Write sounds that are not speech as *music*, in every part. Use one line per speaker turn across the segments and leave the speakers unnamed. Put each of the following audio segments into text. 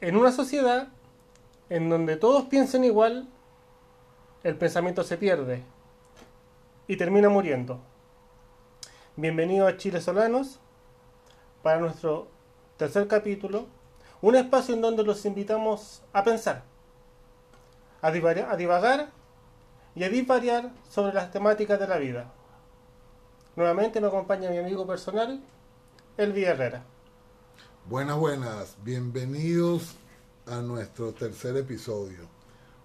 en una sociedad en donde todos piensen igual, el pensamiento se pierde y termina muriendo. Bienvenido a Chile Solanos para nuestro tercer capítulo, un espacio en donde los invitamos a pensar, a, divar- a divagar y a divariar sobre las temáticas de la vida. Nuevamente me acompaña mi amigo personal, Elvi Herrera.
Buenas, buenas. Bienvenidos a nuestro tercer episodio.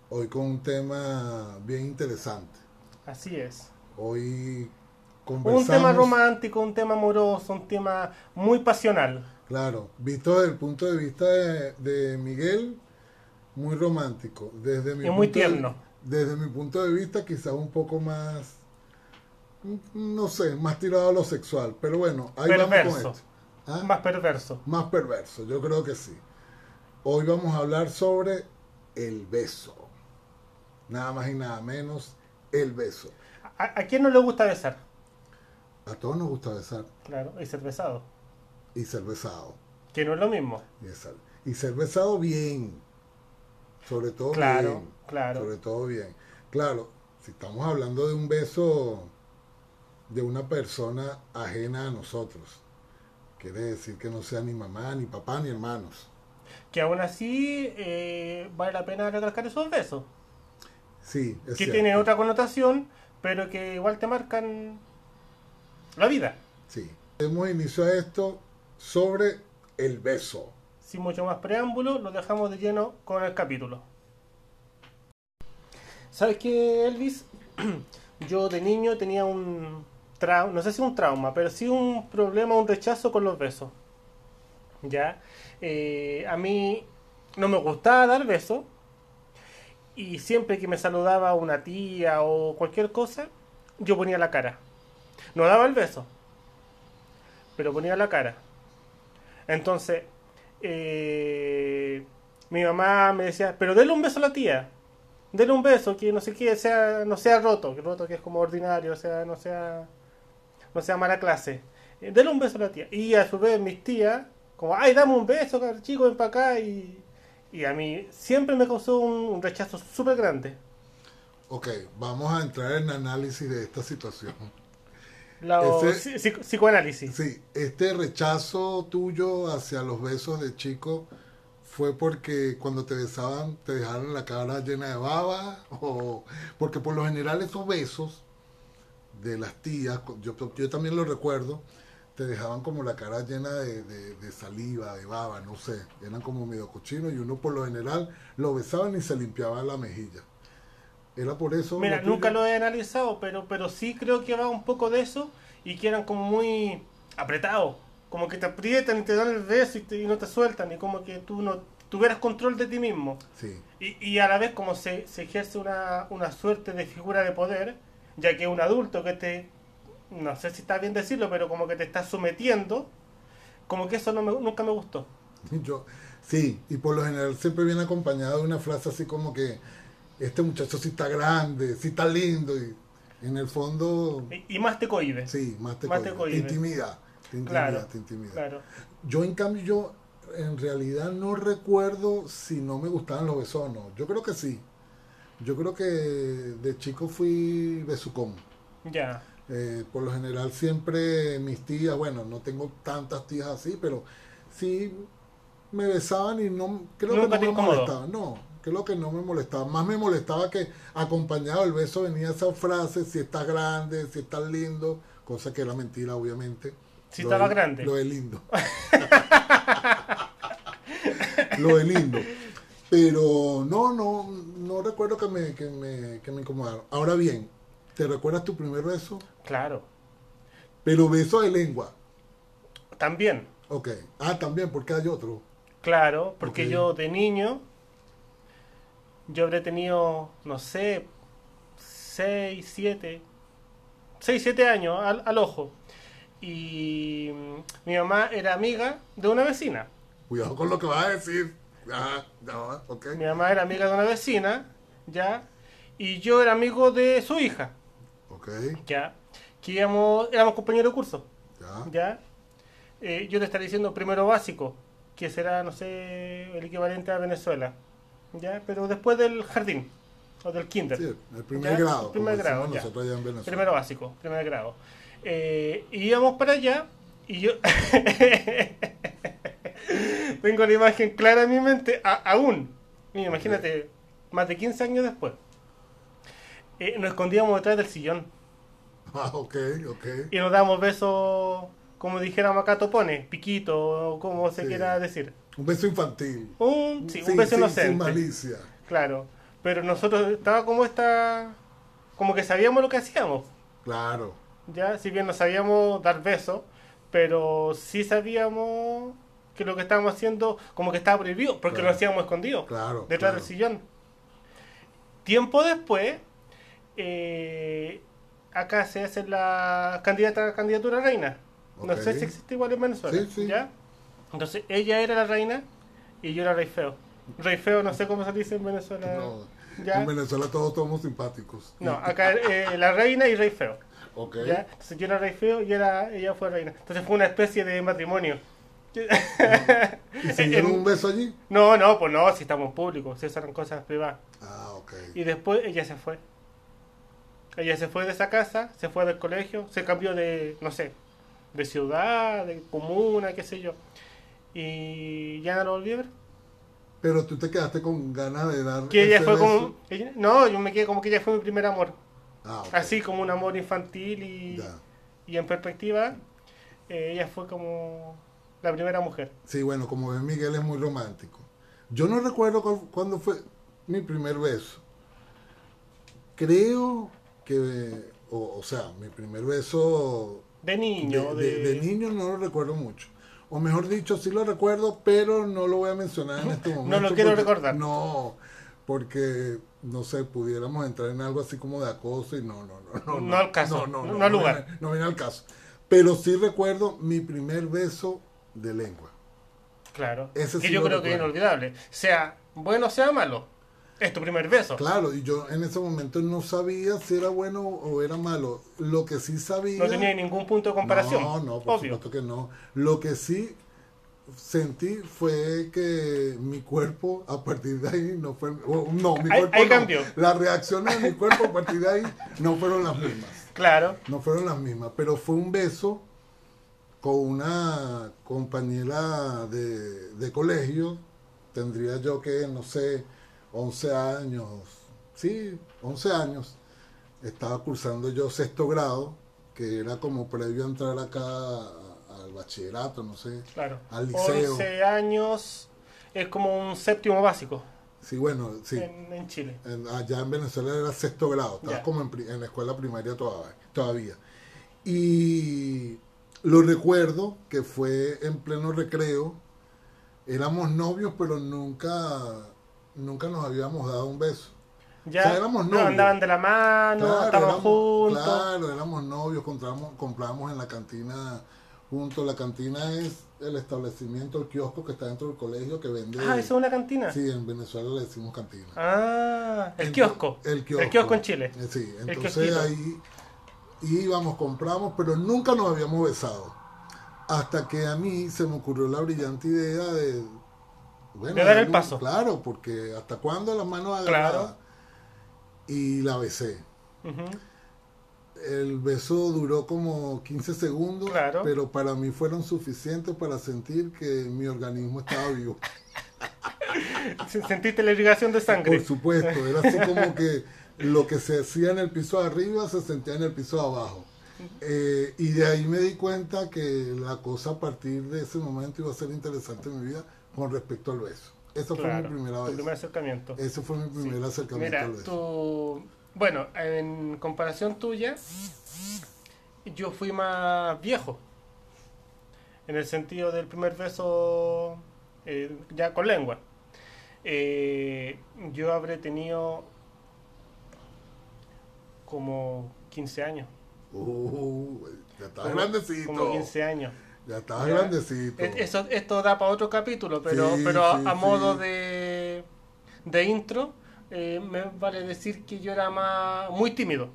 Hoy con un tema bien interesante.
Así es.
Hoy conversamos.
Un tema romántico, un tema amoroso, un tema muy pasional.
Claro, visto desde el punto de vista de, de Miguel, muy romántico. Desde mi
Y muy
punto de-
tierno.
desde mi punto de vista, quizás un poco más. mm, No sé, más tirado a lo sexual. Pero bueno, ahí vamos
Perverso.
con esto. ¿Ah?
Más perverso.
más perverso, yo creo que sí. Hoy vamos a hablar sobre el beso. Nada más y nada menos, el beso.
¿A, a quién no le gusta besar?
A todos nos gusta besar
Claro, y ser besado.
y ser besado.
Que no es lo mismo.
Y ser, y ser besado bien. Sobre todo
Claro,
bien.
claro.
Sobre todo bien. Claro, si estamos hablando de un beso de una persona ajena a nosotros. Quiere decir que no sea ni mamá, ni papá, ni hermanos.
Que aún así eh, vale la pena recalcar esos besos.
Sí, es
que
cierto.
tienen otra connotación, pero que igual te marcan la vida.
Sí. Demos inicio a esto sobre el beso.
Sin mucho más preámbulo, lo dejamos de lleno con el capítulo. ¿Sabes qué, Elvis? *clears throat* Yo de niño tenía un trauma, no sé si un trauma, pero sí un problema, un rechazo con los besos. ¿Ya? Eh, a mí no me gustaba dar besos. Y siempre que me saludaba una tía o cualquier cosa, yo ponía la cara. No daba el beso, pero ponía la cara. Entonces, eh, mi mamá me decía, pero dele un beso a la tía. Dele un beso, que no sé qué, sea, no sea roto, que roto que es como ordinario, o sea, no sea, no sea mala clase. Eh, dele un beso a la tía. Y a su vez mis tías, como, ay, dame un beso, cabrón, chico, ven para acá. Y, y a mí siempre me causó un, un rechazo súper grande.
Ok, vamos a entrar en análisis de esta situación.
La
Ese-
psi- psi- psicoanálisis.
Sí, este rechazo tuyo hacia los besos de chico fue porque cuando te besaban te dejaron la cara llena de baba *laughs* o porque por lo general esos besos de las tías, yo, yo también lo recuerdo, te dejaban como la cara llena de, de- de saliva, de baba, no sé, eran como medio cochinos y uno por lo general lo besaban y se limpiaba la mejilla. Era por eso...
Mira,
tuyo?
nunca lo he analizado, pero, pero sí creo que va un poco de eso y que eran como muy apretados. Como que te aprietan y te dan el beso y, te- y no te sueltan y como que tú no tuvieras control de ti mismo.
Sí,
Y, y a la vez como se, se ejerce una, una suerte de figura de poder, ya que un adulto que te, no sé si está bien decirlo, pero como que te está sometiendo, como que eso no me- nunca me gustó.
*laughs* Yo, sí, y por lo general siempre viene acompañado de una frase así como que este muchacho sí está grande, sí está lindo, y en el fondo,
Y, y más te cohibe.
sí, más te,
Más
cohíbe,
te
te
cohíbe.
intimida, te intimida,
Claro,
te intimida.
Claro.
Yo en cambio, yo en realidad no recuerdo si no me gustaban los besos o no, yo creo que sí, yo creo que de chico fui besucón.
Ya.
Eh, por lo general siempre mis tías, bueno, no tengo tantas tías así, pero sí me besaban y no creo
Nunca te
que no me
incomodó.
molestaba. No, creo que no me molestaba. Más me molestaba que acompañado del beso venía esa frase, si estás grande, si estás lindo, cosa que era mentira, obviamente.
Si
Lo
estaba
de-
grande.
Lo de lindo. *laughs* lo de lindo. Pero no, no, no recuerdo que me, que me, que me incomodaron. Ahora bien, ¿te recuerdas tu primer beso?
Claro.
Pero beso de lengua.
También.
Ok. Ah, también, porque hay otro.
Claro, porque
Ok.
yo de niño, yo habré tenido, no sé, 6, 7, 6, 7 años al, al ojo. Y mm, mi mamá era amiga de una vecina.
Cuidado con lo que vas a decir. Ah, no, ok.
Mi mamá era amiga de una vecina, ¿ya? Y yo era amigo de su hija,
Ok,
¿ya? Que íbamos, éramos compañeros de curso,
ya.
¿ya? Eh, yo te estaré diciendo primero básico, que será, no sé, el equivalente a Venezuela, ¿ya? Pero después del jardín o del kinder.
Sí, el primer
¿ya?
grado.
El primer
como decimos
grado, ya.
Nosotros allá en Venezuela.
Primero básico, primer grado. Eh, y íbamos para allá y yo... *laughs* Tengo la imagen clara en mi mente a- aún. Y imagínate, más de 15 años después. Eh, nos escondíamos detrás del sillón
Ah, ok, ok.
y nos damos besos, como dijéramos acá, topones, piquito, o como se
Sí.
quiera decir.
Un beso infantil.
Un, sí, un
Sin-
beso
sin-
inocente.
Sin malicia.
Claro, pero nosotros estaba como esta, como que sabíamos lo que hacíamos,
Claro.
ya, si bien no sabíamos dar besos, pero sí sabíamos que lo que estábamos haciendo como que estaba prohibido, porque
Claro.
lo hacíamos escondido,
Claro,
detrás
claro.
del sillón. Tiempo después, eh, acá se hace la candidata candidatura a reina. No
Ok.
sé si existe igual en Venezuela,
Sí, sí.
¿ya? Entonces ella era la reina y yo era rey feo. Rey feo, no sé cómo se dice en Venezuela.
No,
Ya.
En Venezuela todos somos simpáticos.
No, acá eh, la reina y rey feo.
Ok.
¿ya? Entonces yo era rey feo y era, ella fue reina. Entonces fue una especie de matrimonio.
*laughs* ¿Y
*laughs*
se dieron
En-
un beso allí?
No, no, pues no, si estamos públicos, si esas eran cosas privadas.
Ah, ok.
Y después ella se fue. Ella se fue de esa casa, se fue del colegio, se cambió de, no sé, de ciudad, de comuna, qué sé yo. Y ya no lo volví a ver.
Pero tú te quedaste con ganas de dar.
Que ella
ese
fue
beso.
como... ella- no, yo me quedé como que ella fue mi primer amor.
Ah, ok.
Así como un amor infantil y...
Ya.
Y en perspectiva, eh, ella fue como la primera mujer.
Sí, bueno, como ves, Miguel es muy romántico. Yo no recuerdo cu- cuándo fue mi primer beso. Creo que, o, o sea, mi primer beso
De niño, de,
de, de- de niño no lo recuerdo mucho. O mejor dicho, sí lo recuerdo, pero no lo voy a mencionar
*laughs*
en este momento.
lo quiero
porque-
recordar.
No, porque, no sé, pudiéramos entrar en algo así como de acoso y no, no, no. No,
No al caso, no al lugar.
viene- No viene al caso. Pero sí recuerdo mi primer beso de lengua.
Claro.
Ese
que
sí
yo
lo
creo que es
recuerdo.
inolvidable. Sea bueno o sea malo. Es tu primer beso.
Claro, y yo en ese momento no sabía si era bueno o era malo. Lo que sí sabía...
No tenía ningún punto de comparación.
No, no, por
obvio.
supuesto que no. Lo que sí sentí fue que mi cuerpo a partir de ahí no fue... o, No, mi
Ahí-
cuerpo
ahí
no.
cambió.
Las reacciones de mi cuerpo a partir de ahí no fueron las mismas.
Claro.
No fueron las mismas, pero fue un beso con una compañera de, de colegio. Tendría yo que, no sé, 11 años. Sí, 11 años. Estaba cursando yo sexto grado, que era como previo a entrar acá a- al bachillerato, no sé.
Claro.
Al liceo.
11 años es como un séptimo básico
Sí, bueno, sí.
en, en Chile.
en- allá en Venezuela era sexto grado, estaba
Ya.
como en, pri- en la escuela primaria todavía, todavía. Y lo recuerdo que fue en pleno recreo, éramos novios, pero nunca, nunca nos habíamos dado un beso.
Ya
O sea, éramos
no,
novios.
andaban de la mano, estaban
éramos,
juntos.
claro, éramos novios, compramos, compramos en la cantina juntos. La cantina es el establecimiento, el kiosco que está dentro del colegio que vende.
Ah, eso es una cantina.
Sí, en Venezuela le decimos cantina.
Ah, el
Ento-
kiosco.
El kiosco.
en Chile.
Eh, Sí,
El
entonces
kiosquito.
ahí íbamos, compramos, pero nunca nos habíamos besado. Hasta que a mí se me ocurrió la brillante idea de... bueno,
De dar el
algún-
paso.
Claro, porque hasta cuándo las manos
Claro.
agarradas. Y la besé.
Ujú.
El beso duró como 15 segundos,
Claro.
pero para mí fueron suficientes para sentir que mi organismo estaba vivo.
Se- Sentiste la irrigación de sangre.
Por supuesto, era así como que lo que se hacía en el piso de arriba se sentía en el piso de abajo. Eh, y de ahí me di cuenta que la cosa a partir de ese momento iba a ser interesante en mi vida con respecto al beso. Esa
Claro,
fue mi primera
tu
vez.
primer acercamiento.
Ese fue mi primer acercamiento
Mira,
al beso.
tú. Bueno, en comparación tuya, yo fui más viejo. En el sentido del primer beso eh, ya con lengua. Eh, yo habré tenido como 15 años.
Uh, ya estás
como-
grandecito.
Como 15 años.
Ya estás
Ya.
grandecito.
Es- Eso, esto da para otro capítulo, pero,
Sí,
pero a,
sí,
a
sí.
modo de, de intro, eh, me vale decir que yo era más muy tímido,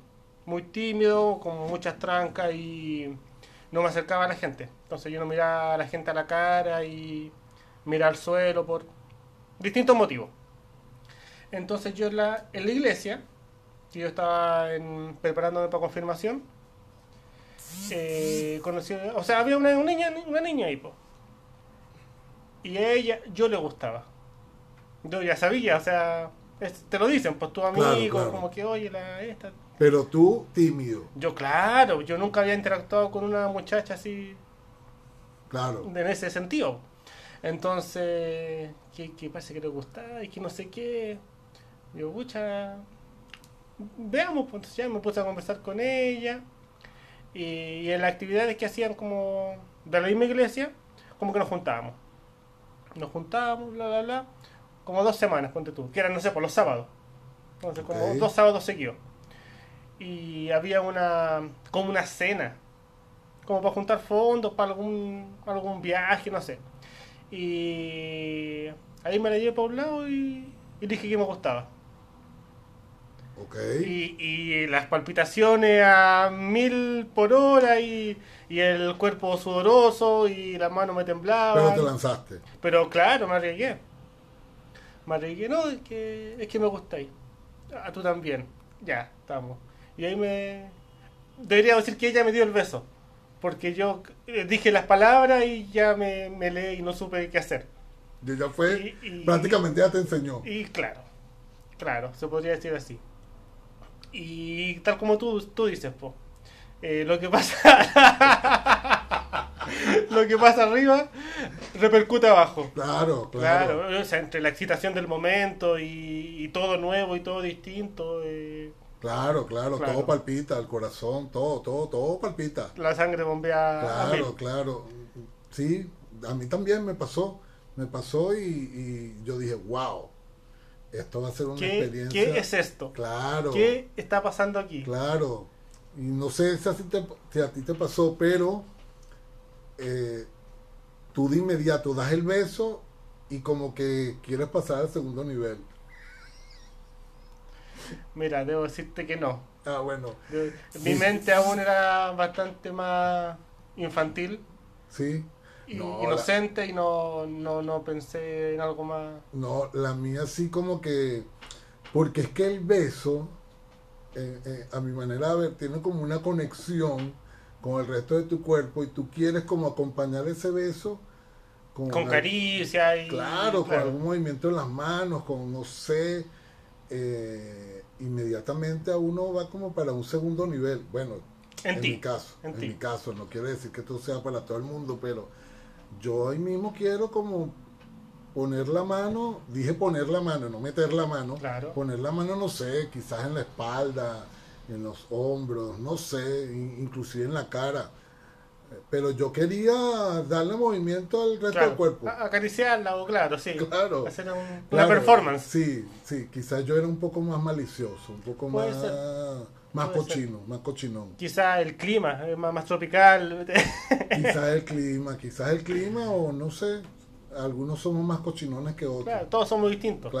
muy tímido, con muchas trancas y no me acercaba a la gente. Entonces yo no miraba a la gente a la cara y mirar al suelo, por distintos motivos. Entonces yo en la, en la iglesia, que yo estaba en- preparándome para confirmación, eh, conocí, o sea, había una, una niña, una niña ahí, po. y a ella yo le gustaba. Yo ya sabía, o sea, es- te lo dicen, pues tu amigo,
Claro, claro.
como que, oye, la, esta,
Pero tú, tímido,
yo, claro, yo nunca había interactuado con una muchacha así
claro.
en ese sentido. Entonces, que, que parece que le gustaba y que no sé qué. Yo, pucha, veamos, pues entonces ya me puse a conversar con ella. Y, y en las actividades que hacían como de la misma iglesia, como que nos juntábamos. Nos juntábamos, bla, bla, bla. Como dos semanas, ponte tú. Que eran, no sé, por los sábados. Entonces, como
Ok.
dos sábados seguidos. Y había una, como una cena como para juntar fondos para algún, algún viaje, no sé. Y ahí me la llevé para un lado y, y dije que me gustaba.
Ok.
Y, y las palpitaciones a mil por hora y, y el cuerpo sudoroso y las manos me
Pero
temblaban.
te
Pero,
lanzaste.
claro, me arriesgué. Me arriesgué, no, es que, es que me gustáis. A tú también. Ya, estamos. Y ahí me... Debería decir que ella me dio el beso. Porque yo eh, dije las palabras y ya me, me leí y no supe qué hacer.
Yo ya fue,
Y- y-
prácticamente ya te enseñó.
Y claro, claro, se podría decir así. Y tal como tú, tú dices, po, eh, lo que pasa... *laughs* lo que pasa arriba repercute abajo.
Claro,
Claro,
claro.
o sea, entre la excitación del momento y, y todo nuevo y todo distinto, eh,
Claro, claro.
Claro.
Todo palpita, el corazón, todo, todo, todo palpita.
la sangre bombea a mil.
Claro, claro. Sí, a mí también me pasó. Me pasó y, y yo dije, wow, esto va a ser una
¿Qué,
experiencia.
qué es esto?
Claro,
¿Qué está pasando aquí?
claro. Y no sé si a ti te, si a ti te pasó, pero eh, tú de inmediato das el beso y como que quieres pasar al segundo nivel.
Mira, debo decirte que no.
Ah, bueno,
De-
Sí.
Mi mente aún era bastante más infantil
sí.
y
No,
inocente y no, no, no pensé en algo más.
No, la mía sí como que, porque es que el beso, eh, eh, a mi manera de ver, tiene como una conexión con el resto de tu cuerpo y tú quieres como acompañar ese beso
Con
al-
caricia y...
Claro, con algún movimiento en las manos, con no sé, eh, inmediatamente a uno va como para un segundo nivel. Bueno,
En ti.
mi caso,
en
en,
ti.
mi caso, no quiere decir que esto sea para todo el mundo, pero yo ahí mismo quiero como poner la mano, dije poner la mano, no meter la mano,
Claro.
poner la mano, no sé, quizás en la espalda, en los hombros, no sé, in- inclusive en la cara. Eh, Pero yo quería darle movimiento al resto
Claro.
del cuerpo.
A- Acariciarla o claro, sí.
Claro.
Hacer un- una
Claro,
performance.
Sí, sí, quizás yo era un poco más malicioso, un poco
Puede
más, más
puede
cochino, más cochinón.
Quizá el clima, es más, más tropical. *laughs*
quizás el clima, quizás el clima o no sé, algunos somos más cochinones que otros.
Claro,
Claro.
todos somos distintos.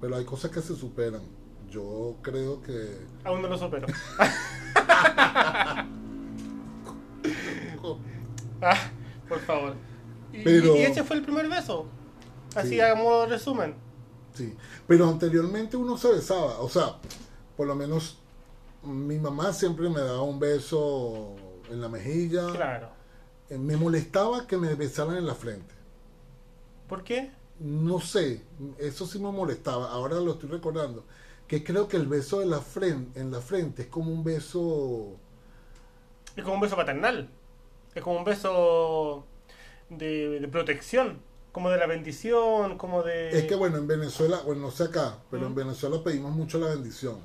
pero hay cosas que se superan. Yo creo que...
Aún no lo supero. *laughs* Ah, por favor. Y,
Pero-
y ese fue el primer beso. Así
Sí.
a modo de resumen.
Sí, pero anteriormente uno se besaba, o sea, por lo menos mi mamá siempre me daba un beso en la mejilla.
Claro.
Eh, Me molestaba que me besaran en la frente.
¿Por qué?
No sé, eso sí me molestaba, ahora lo estoy recordando, que creo que el beso de la fren- en la frente es como un beso,
Es como un beso paternal. Es como un beso de, de protección. Como de la bendición, como de...
es que bueno, en Venezuela, bueno, no sé acá, pero en
Ujú.
Venezuela pedimos mucho la bendición.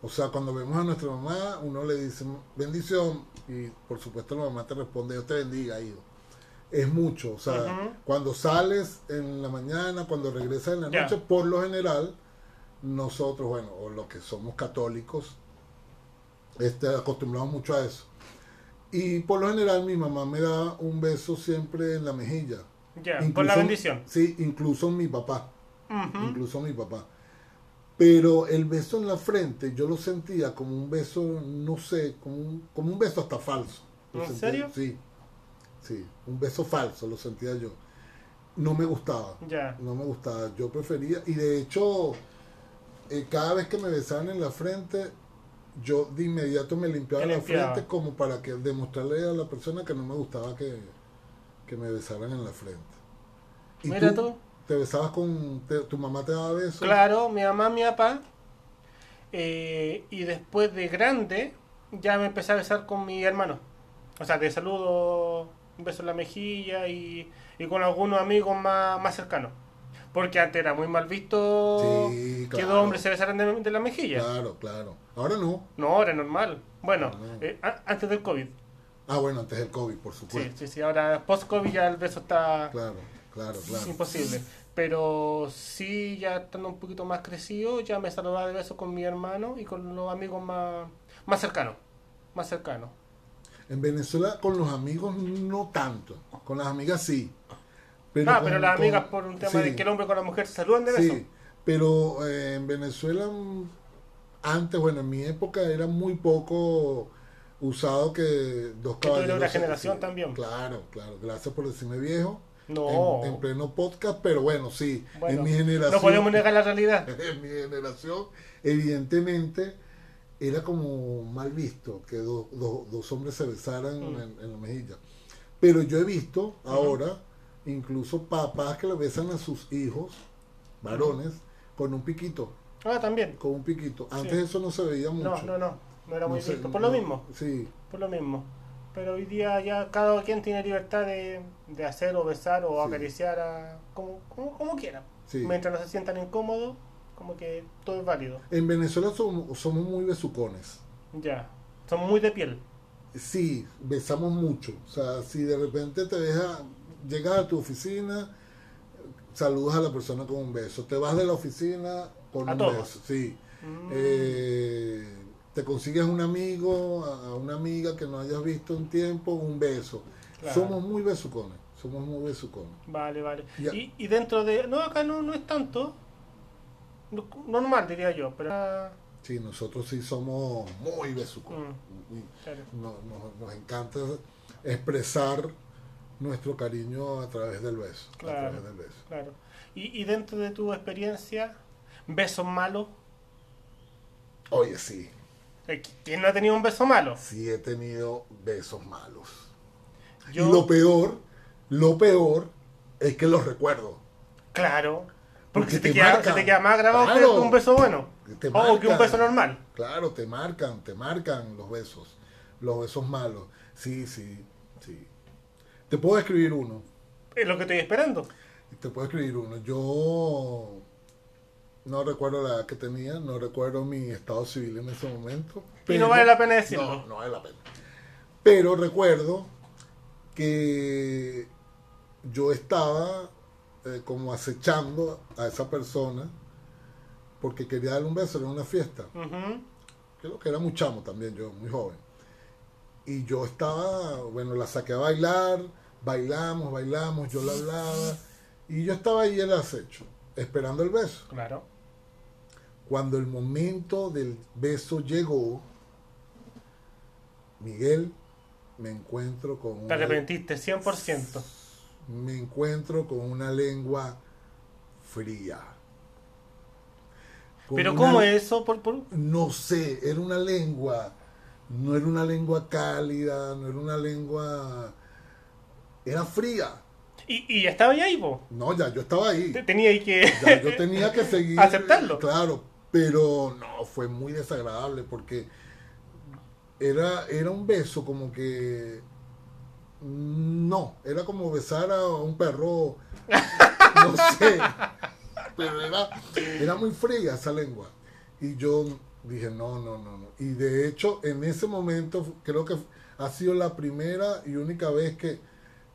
O sea, cuando vemos a nuestra mamá, uno le dice bendición y por supuesto la mamá te responde, Dios te bendiga, hijo. Es mucho, o sea,
Ujú.
cuando sales en la mañana, cuando regresas en la
Ya.
noche, por lo general, nosotros, bueno, o los que somos católicos, este, acostumbramos mucho a eso. Y por lo general mi mamá me da un beso siempre en la mejilla.
Ya, por la
Incluso-
bendición.
Sí, incluso mi papá,
Ujú.
incluso mi papá. Pero el beso en la frente yo lo sentía como un beso, no sé, como un, como un beso hasta falso. Lo
¿En
sentía-
serio?
Sí, sí, un beso falso lo sentía yo. no me gustaba.
Ya.
No me gustaba. Yo prefería, y de hecho, eh, cada vez que me besaban en la frente, yo de inmediato me limpiaba
Te
la
limpiaba.
frente como para que demostrarle a la persona que no me gustaba que, que me besaran en la frente.
Mira tú.
Te besabas con. te- tu mamá te daba besos.
Claro, mi mamá, mi papá. eh, y después de grande, ya me empecé a besar con mi hermano. O sea, de saludo, un beso en la mejilla y, y con algunos amigos más, más cercanos. Porque antes era muy mal visto que
Sí, claro.
dos hombres se besaran de, de la mejilla.
Claro, claro. Ahora no.
No, era normal. Bueno,
Ah.
eh, a- antes del COVID.
Ah, bueno, antes del COVID, por
Sí,
supuesto.
sí, sí. Ahora, post-COVID, ya el beso está
Claro, claro,
es
claro.
imposible. Pero sí, ya estando un poquito más crecido, ya me saludaba de beso con mi hermano y con los amigos más, más cercanos. Más cercanos.
En Venezuela con los amigos no tanto. Con las amigas sí.
ah,
con-
pero las
con-
amigas por un tema
sí,
de que el hombre con la mujer se saludan de beso.
Sí, pero eh, en Venezuela mm, antes, bueno, en mi época era muy poco usado que dos
Que tú eres
caballeros
una
se-
generación
sí,
también.
Claro, claro. Gracias por decirme viejo.
No.
En, en pleno podcast, pero bueno, sí.
Bueno,
en mi generación.
no podemos negar la realidad.
*laughs* en mi generación, evidentemente, era como mal visto que do- do- dos hombres se besaran
Mm.
en, en la mejilla. Pero yo he visto ahora incluso papás que le besan a sus hijos, varones, con un piquito,
Ah, también.
con un piquito. Antes
Sí.
eso no se veía mucho.
No, no, no. No era
No
muy
se-
visto. Por lo
no-
mismo.
Sí,
Por lo mismo. Pero hoy día ya cada quien tiene libertad de, de hacer o besar o
Sí.
acariciar a, como, como, como quiera.
sí.
Mientras no se sientan incómodos, como que todo es válido.
En Venezuela somos, somos muy besucones.
Ya, son muy de piel.
Sí, besamos mucho. O sea, si de repente te deja, llegas a tu oficina, saludas a la persona con un beso. Te vas de la oficina con
A
un
todos.
beso. Sí.
Mm.
Eh, te consigues un amigo, a a una amiga que no hayas visto en tiempo, un beso.
Claro.
Somos muy besucones. Somos muy besucones.
Vale, vale.
Ya.
Y, y dentro de... No, acá no, no es tanto. No- Normal, diría yo, pero... ah,
Sí, nosotros sí somos muy besucones.
Mm. claro.
No- no- nos encanta expresar nuestro cariño a través del beso.
Claro.
A través del beso.
claro. Y, y dentro de tu experiencia, besos malos.
Oye, sí,
Eh, ¿Quién no ha tenido un beso malo?
sí he tenido besos malos.
Yo,
Y lo peor, lo peor es que los recuerdo.
claro. Porque
Porque
se te,
te
queda,
marcan.
se te queda más grabado que-
Claro.
que un beso bueno.
Te
O Oh, que un
marcan.
beso normal.
Claro, te marcan, te marcan los besos, los besos malos. Sí, sí, sí. Te puedo escribir uno,
Es lo que estoy esperando.
te puedo escribir uno. Yo no recuerdo la edad que tenía, no recuerdo mi estado civil en ese momento.
Y no vale la pena decirlo.
No, no vale la pena. Pero recuerdo que yo estaba eh, como acechando a esa persona porque quería darle un beso en una fiesta.
Ujú.
Creo que era muy chamo también, yo, muy joven. Y yo estaba, bueno, la saqué a bailar, bailamos, bailamos, yo la hablaba. Y yo estaba ahí en el acecho, esperando el beso.
Claro.
Cuando el momento del beso llegó, Miguel, me encuentro con
Te
una,
arrepentiste 100%.
me encuentro con una lengua fría. Con
Pero
una-
¿cómo es eso? Por, por...
No sé, era una lengua, no era una lengua cálida, no era una lengua, era fría.
Y, y estaba ahí, vos.
No, ya yo estaba ahí.
Te- Tenía ahí que...
Ya yo tenía que seguir.
Aceptarlo.
Claro, pero no, fue muy desagradable porque era, era un beso como que. No, era como besar a un perro. *laughs* No sé. Pero era, era muy fría esa lengua. Y yo dije, no, no, no, no. Y de hecho, en ese momento, creo que ha sido la primera y única vez que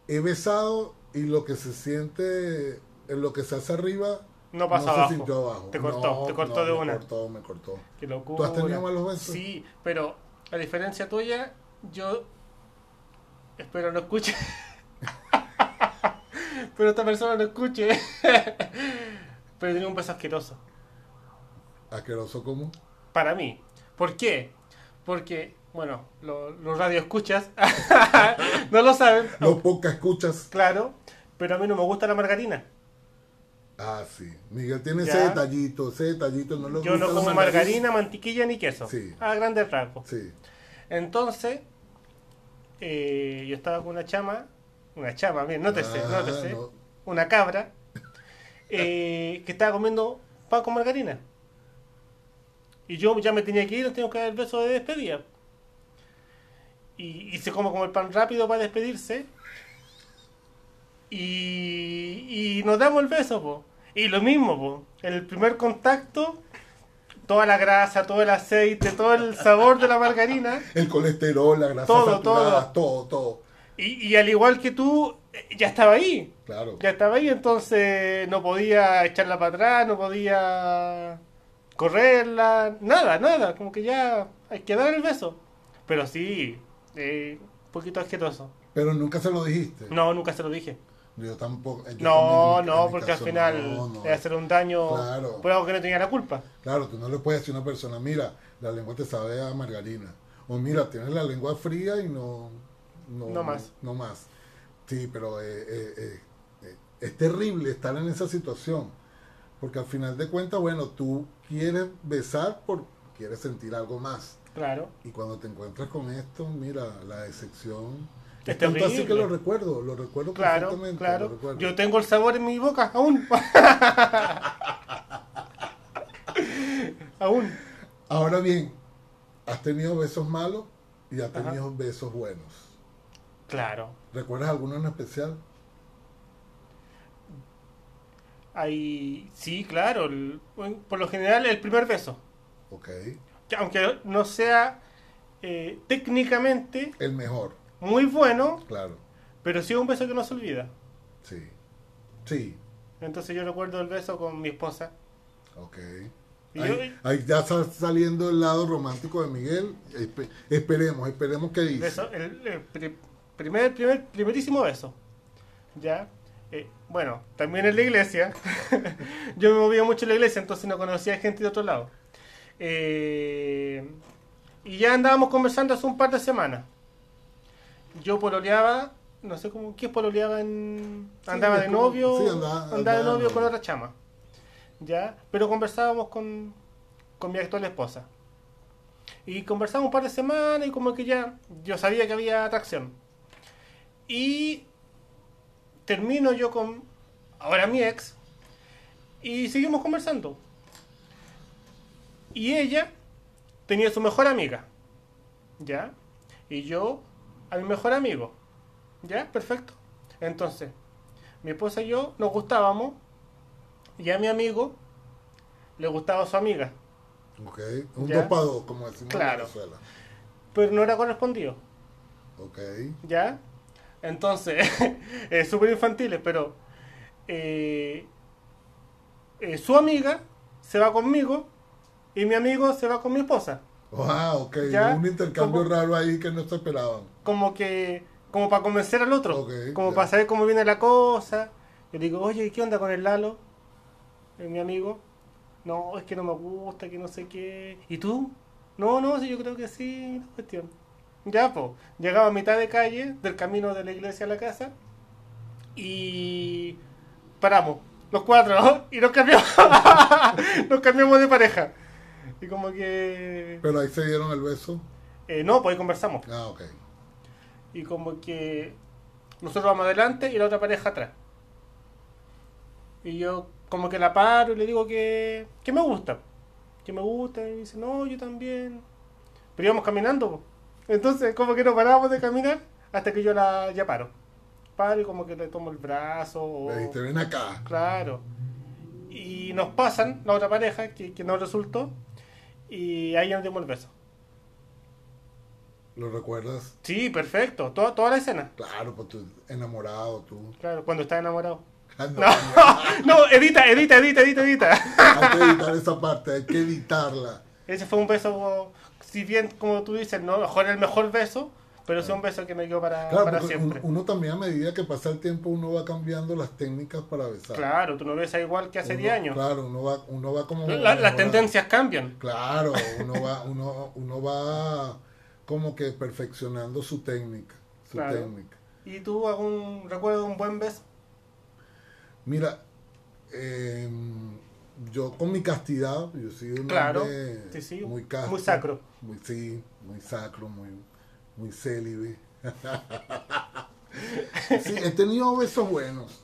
he besado y lo que se siente, en lo que se hace arriba,
No pasa
se
abajo.
sintió abajo.
Te cortó,
No,
te cortó
no,
de
me
una.
cortó, me cortó.
Qué locura.
¿Tú has tenido malos besos?
Sí, pero a diferencia tuya, yo... Espero no escuche. *laughs* pero esta persona no escuche. *laughs* pero tenía un beso asqueroso.
Asqueroso como.
Para mí. ¿Por qué? Porque, bueno, lo- los radioescuchas *laughs* no lo saben.
Lo poca escuchas.
Claro, Pero a mí no me gusta la margarina.
Ah, sí. Miguel tiene
Ya.
ese detallito, ese detallito. No lo
Yo no
gusta la
como
margarina.
margarina, mantequilla ni queso.
Sí.
A grandes rasgos.
Sí.
Entonces, eh, yo estaba con una chama, una chama, bien, no te sé, no te
Ah,
sé,
no.
una cabra, eh, que estaba comiendo pan con margarina. Y yo ya me tenía que ir, tengo que dar el beso de despedida. Y, y se come como el pan rápido para despedirse. Y, y nos damos el beso, po. Y lo mismo, po. En el primer contacto, toda la grasa, todo el aceite, todo el sabor de la margarina.
El colesterol, la grasa
Todo,
saturada, todo, todo.
Y, y al igual que tú, eh, ya estaba ahí.
Claro.
Ya estaba ahí, entonces no podía echarla para atrás, no podía correrla, nada, nada. Como que ya hay que dar el beso. Pero sí, eh, un poquito asqueroso.
Pero nunca se lo dijiste.
No, nunca se lo dije.
Yo tampoco. yo
No,
también, en
no,
mi
porque al
caso,
final
no, no.
le hacer un daño
Claro.
por algo que no tenía la culpa.
Claro, tú no le puedes decir a una persona, mira, la lengua te sabe a margarina. O mira, tienes la lengua fría y no... No,
No más.
No más. Sí, pero eh, eh, eh, eh, es terrible estar en esa situación. Porque al final de cuentas, bueno, tú quieres besar porque quieres sentir algo más.
Claro.
Y cuando te encuentras con esto, mira, la decepción...
Es
tanto así
terrible.
que lo recuerdo, lo recuerdo
Claro,
perfectamente. lo
claro.
recuerdo.
Yo tengo el sabor en mi boca
*laughs*
aún. *laughs* aún.
Ahora bien, has tenido besos malos y has tenido besos buenos.
Claro.
¿Recuerdas alguno en especial?
Hay... Sí, claro. el- Por lo general, el primer beso.
Ok.
Que Aunque no sea eh, técnicamente
El mejor,
muy bueno,
claro.
pero sí es un beso que no se olvida.
Sí. Sí.
Entonces yo recuerdo el beso con mi esposa.
Ok.
Y yo-
Ahí, ahí ya está saliendo el lado romántico de Miguel. Espe- esperemos, esperemos que dice.
Beso, el, el pri- primer, primer, primerísimo beso. Ya. Eh, bueno, también en la iglesia. *laughs* Yo me movía mucho en la iglesia, entonces no conocía gente de otro lado. Eh, y ya andábamos conversando hace un par de semanas. Yo pololeaba, no sé cómo, ¿qué es pololeaba en.
Sí,
Andaba
es
de
como-
novio.
sí, andaba-
andaba,
andaba
de
de
novio con
novio.
otra chama. Ya. Pero conversábamos con, con mi actual esposa. Y conversamos un par de semanas y como que ya yo sabía que había atracción. Y termino yo con ahora mi ex y seguimos conversando. Y ella tenía su mejor amiga. ¿Ya? Y yo a mi mejor amigo. ¿Ya? Perfecto. Entonces, mi esposa y yo nos gustábamos y a mi amigo le gustaba su amiga,
Ok. Un
Ya.
dos para dos, como decimos
Claro.
en Venezuela.
pero no era correspondido.
Ok.
¿Ya? Entonces, *laughs* eh, súper infantiles, pero eh, eh, su amiga se va conmigo y mi amigo se va con mi esposa.
Ah, ok.
Ya.
Un intercambio
¿Cómo?
raro ahí que no se esperaban.
Como que, como para convencer al otro,
Ok,
como
ya.
para saber cómo viene la cosa. Yo digo, oye, ¿qué onda con el Lalo? Eh, mi amigo. No, es que no me gusta, que no sé qué. ¿Y tú? No, no, sí, yo creo que sí, la cuestión. Ya, pues, llegaba a mitad de calle, del camino de la iglesia a la casa, y paramos, los cuatro, *laughs* y nos cambiamos, nos cambiamos de pareja. Y como que...
Pero ahí se dieron el beso.
eh, no, pues ahí conversamos.
Ah, ok.
Y como que nosotros vamos adelante y la otra pareja atrás. Y yo como que la paro y le digo que, que me gusta. Que me gusta. Y dice, no, yo también. Pero íbamos caminando. po. Entonces como que no parábamos de caminar hasta que yo la ya paro. Paro y como que le tomo el brazo. o-
Le dijiste, ven acá.
Claro. Y nos pasan la otra pareja que, que no resultó. Y ahí nos dimos el beso.
¿Lo recuerdas?
Sí, perfecto. Toda, toda la escena.
Claro, pues tú enamorado, tú.
Claro, cuando está enamorado.
Ah, no,
No, *laughs* no, edita, edita, edita, edita, edita.
Hay que editar esa parte, hay que editarla.
Ese fue un beso, si bien como tú dices, no mejor el mejor beso, pero sí un beso que me quedó para,
Claro,
para
porque un-
siempre.
uno, también a medida que pasa el tiempo uno va cambiando las técnicas para besar.
Claro, tú no ves igual que hace
Uno-
10 años.
Claro, uno va, uno va como...
La- las
mejorando.
tendencias cambian. *laughs*
Claro, uno va, uno, uno va como que perfeccionando su técnica. Su
Claro.
técnica.
¿Y tú algún recuerdo de un buen beso?
Mira, eh, yo con mi castidad, yo soy un
Claro,
hombre
sí, sí,
muy
muy
casto,
sacro.
muy- sí, muy sacro, muy, muy célibe. *laughs* sí, he tenido besos buenos.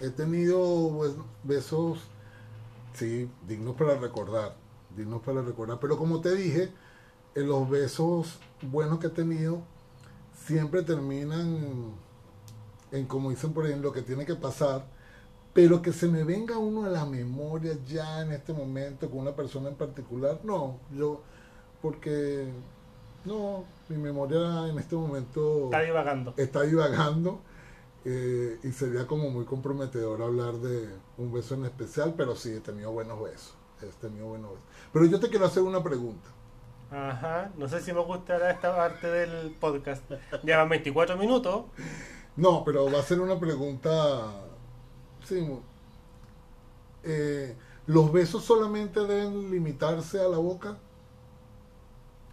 He tenido buen- besos, sí, dignos para recordar, dignos para recordar. Pero como te dije, en los besos buenos que he tenido siempre terminan en, como dicen por ahí, en lo que tiene que pasar, pero que se me venga uno a la memoria ya en este momento con una persona en particular, no, yo, porque no, mi memoria en este momento
Está divagando.
está divagando eh, y sería como muy comprometedor hablar de un beso en especial, pero sí, he tenido buenos besos, he tenido buenos besos. Pero yo te quiero hacer una pregunta.
Ajá. No sé si me gustará esta parte del podcast. Llevan 24 minutos.
No, pero va a ser una pregunta. Sí. mu- eh, ¿Los besos solamente deben limitarse a la boca?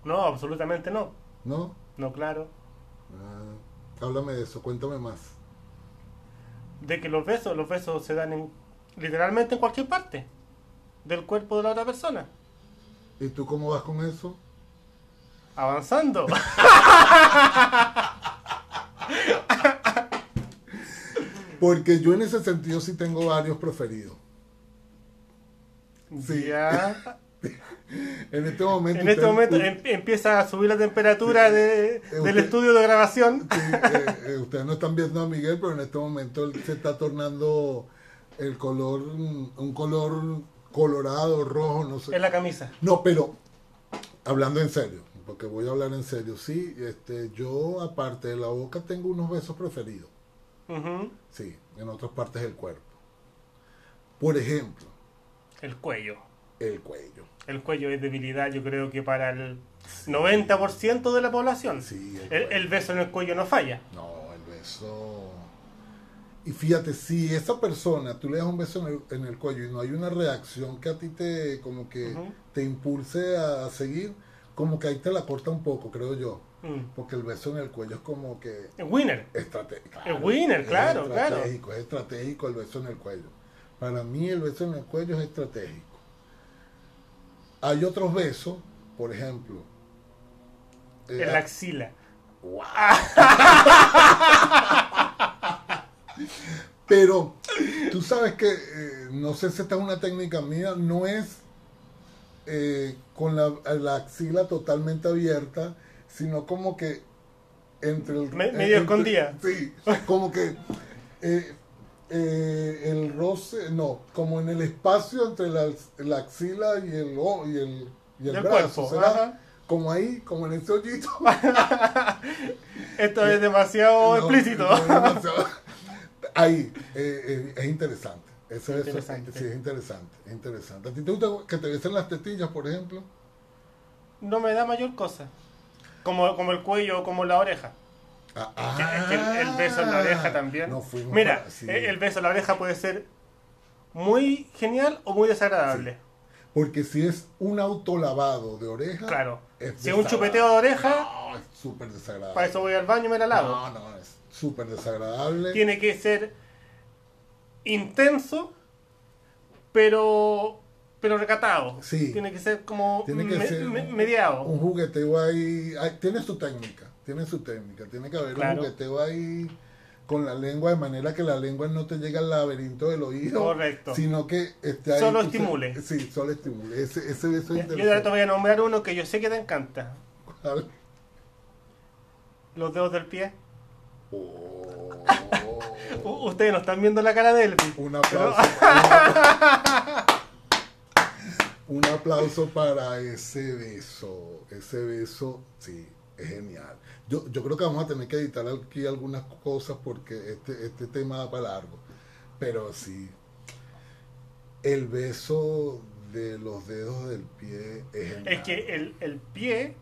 No, absolutamente no.
¿No?
No, claro.
Ah, háblame de eso, cuéntame más.
De que los besos, los besos se dan en, literalmente en cualquier parte del cuerpo de la otra persona.
¿Y tú cómo vas con eso?
Avanzando.
Porque yo en ese sentido sí tengo varios preferidos. *laughs* Sí. *laughs*
Ya.
En este momento.
En este
ustedes-
momento
u-
em- empieza a subir la temperatura de- del
usted-
estudio de
*laughs*
grabación.
sí, eh, eh, ustedes no están viendo a Miguel, pero en este momento él se está tornando el color, mm, un color colorado, rojo, no sé.
En la camisa.
No, pero hablando en serio, porque voy a hablar en serio, sí, este, yo aparte de la boca tengo unos besos preferidos,
Ujú.
sí, en otras partes del cuerpo. Por ejemplo,
El cuello.
el cuello.
El cuello es debilidad, yo creo que para el 90% de la población.
Sí, el
el,
cuello.
el beso en el cuello no falla.
No, el beso. Y fíjate, si esa persona, tú le das un beso en el, en el cuello y no hay una reacción que a ti te, como que,
Ujú.
te impulse a, a seguir, como que ahí te la corta un poco, creo yo.
Mm.
Porque el beso en el cuello es como que
El winner.
Eh, estratégico.
El winner, claro, claro.
estratégico, Es estratégico el beso en el cuello. Para mí el beso en el cuello es estratégico. Hay otros besos, por ejemplo. eh,
En la axila.
Pero tú sabes que, eh, no sé si esta es una técnica mía, no es eh, con la, la axila totalmente abierta, sino como que entre el... eh,
Me- medio
entre-
escondida.
Sí, como que eh, eh, el roce, no, como en el espacio entre la, la axila y el, o- y el, y el
Del
brazo,
cuerpo,
¿será?
ajá.
Como ahí, como en ese hoyito.
Esto es demasiado
No,
explícito.
no, demasiado. Ahí, eh, eh, es interesante. Eso es,
Interesante.
sí, es interesante, es interesante. ¿A ti te gusta que te besen las tetillas, por ejemplo?
*laughs* No me da mayor cosa. Como, como el cuello o como la oreja.
Ah,
Es que el, el beso en la oreja también.
no fuimos
Mira,
para- sí.
eh, el beso en la oreja puede ser muy genial o muy desagradable.
Porque si es un autolavado de oreja.
Claro.
es
Si es un
desagradable.
chupeteo de oreja,
No, es súper desagradable.
para eso voy al baño y me la lavo.
No, no, es súper desagradable.
tiene que ser intenso, pero pero recatado.
Sí.
Tiene que ser como
Tiene que
me-
ser
me-
un-
mediado.
Un jugueteo ahí, ahí- Tiene su técnica, tiene su técnica. Tiene que haber
Claro.
un jugueteo ahí con la lengua de manera que la lengua no te llegue al laberinto del oído.
Correcto.
Sino que esté ahí.
Solo
tú se-
estimule.
Sí, solo estimule. Ese, ese beso es
Yo ahora te
interesante.
voy a nombrar uno que yo sé que te encanta. *laughs* Los dedos del pie.
Oh.
U- ustedes no están viendo la cara de él.
un aplauso. un aplauso para ese beso. Ese beso, sí, es genial. Yo, yo creo que vamos a tener que editar aquí algunas cosas porque este, este tema da para largo. Pero sí, el beso de los dedos del pie es genial.
Es que eh, el, el pie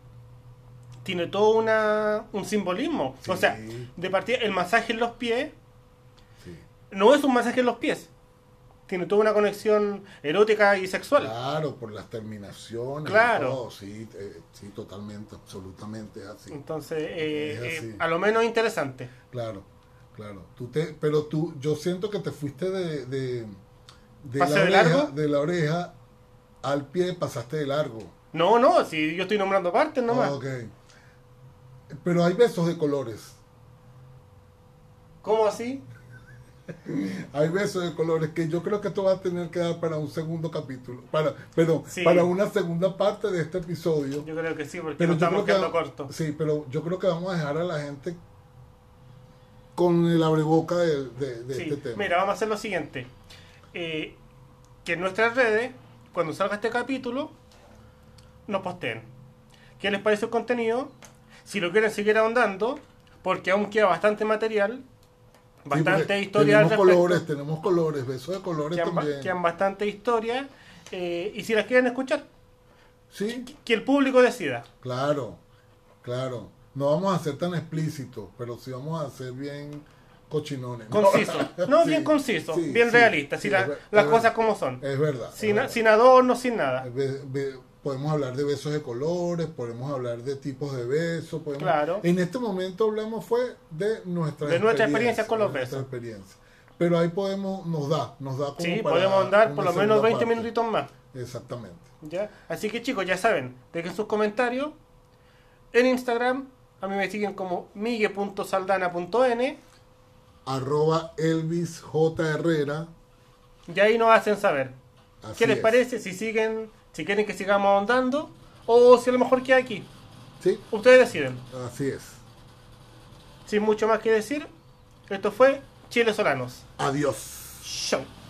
tiene todo una, un simbolismo. O
Sí.
sea, de partida, el masaje en los pies
Sí.
no es un masaje en los pies. Tiene toda una conexión erótica y sexual.
Claro, por las terminaciones. y
Claro.
todo, sí, eh, sí, totalmente, absolutamente es así.
Entonces, eh,
Es
eh,
así.
a lo menos interesante.
Claro. Claro, tú te, pero tú, yo siento que te fuiste de, de, de la
¿Pasé de
oreja,
largo?
de la oreja al pie, pasaste de largo.
No, no, si yo estoy nombrando partes nomás.
Ah, ok. Pero hay besos de colores.
¿Cómo así?
Hay besos de colores que yo creo que esto va a tener que dar para un segundo capítulo, para, pero
Sí.
para una segunda parte de este episodio.
Yo creo que sí, porque
Pero
nos
yo
estamos
creo que-
quedando cortos.
Sí, pero yo creo que vamos a dejar a la gente con el abreboca de, de- de
Sí,
este tema.
Mira, vamos a hacer lo siguiente. Eh, que en nuestras redes, cuando salga este capítulo, nos posteen. ¿Qué les parece el contenido? Si lo quieren seguir ahondando, porque aún queda bastante material,
Sí,
bastante
porque
historia al
Tenemos
respecto.
colores, tenemos colores, besos de colores
quedan, ba-
también.
quedan bastante historia. eh, y si las quieren escuchar,
Sí,
que el público decida.
claro, claro. No vamos a ser tan explícitos, pero sí vamos a ser bien cochinones. ¿no?
Conciso.
*laughs*
No,
Sí,
bien conciso,
sí,
bien
sí,
realista, si
sí,
la-
es ver-
las
es
cosas
ver-
como son.
Es verdad. es
Sin,
verdad.
sin adorno, sin nada.
Ve- ve- podemos hablar de besos de colores, podemos hablar de tipos de besos. Podemos...
Claro.
En este momento hablamos fue de nuestra,
De nuestra experiencia con los
de nuestra
besos.
experiencia. Pero ahí podemos, nos da, nos da como
Sí,
para
podemos andar por
una
lo menos
segunda
20
parte.
minutitos más.
Exactamente.
¿ya? Así que chicos, ya saben, dejen sus comentarios. En Instagram, a mí me siguen como migue.saldana.n
Arroba Elvis J. Herrera.
y ahí nos hacen saber.
Así
¿Qué les
es.
parece? Si siguen, si quieren que sigamos ahondando o si a lo mejor queda aquí.
Sí,
Ustedes deciden.
así es.
Sin mucho más que decir, esto fue Chile Solanos.
Adiós.
Show.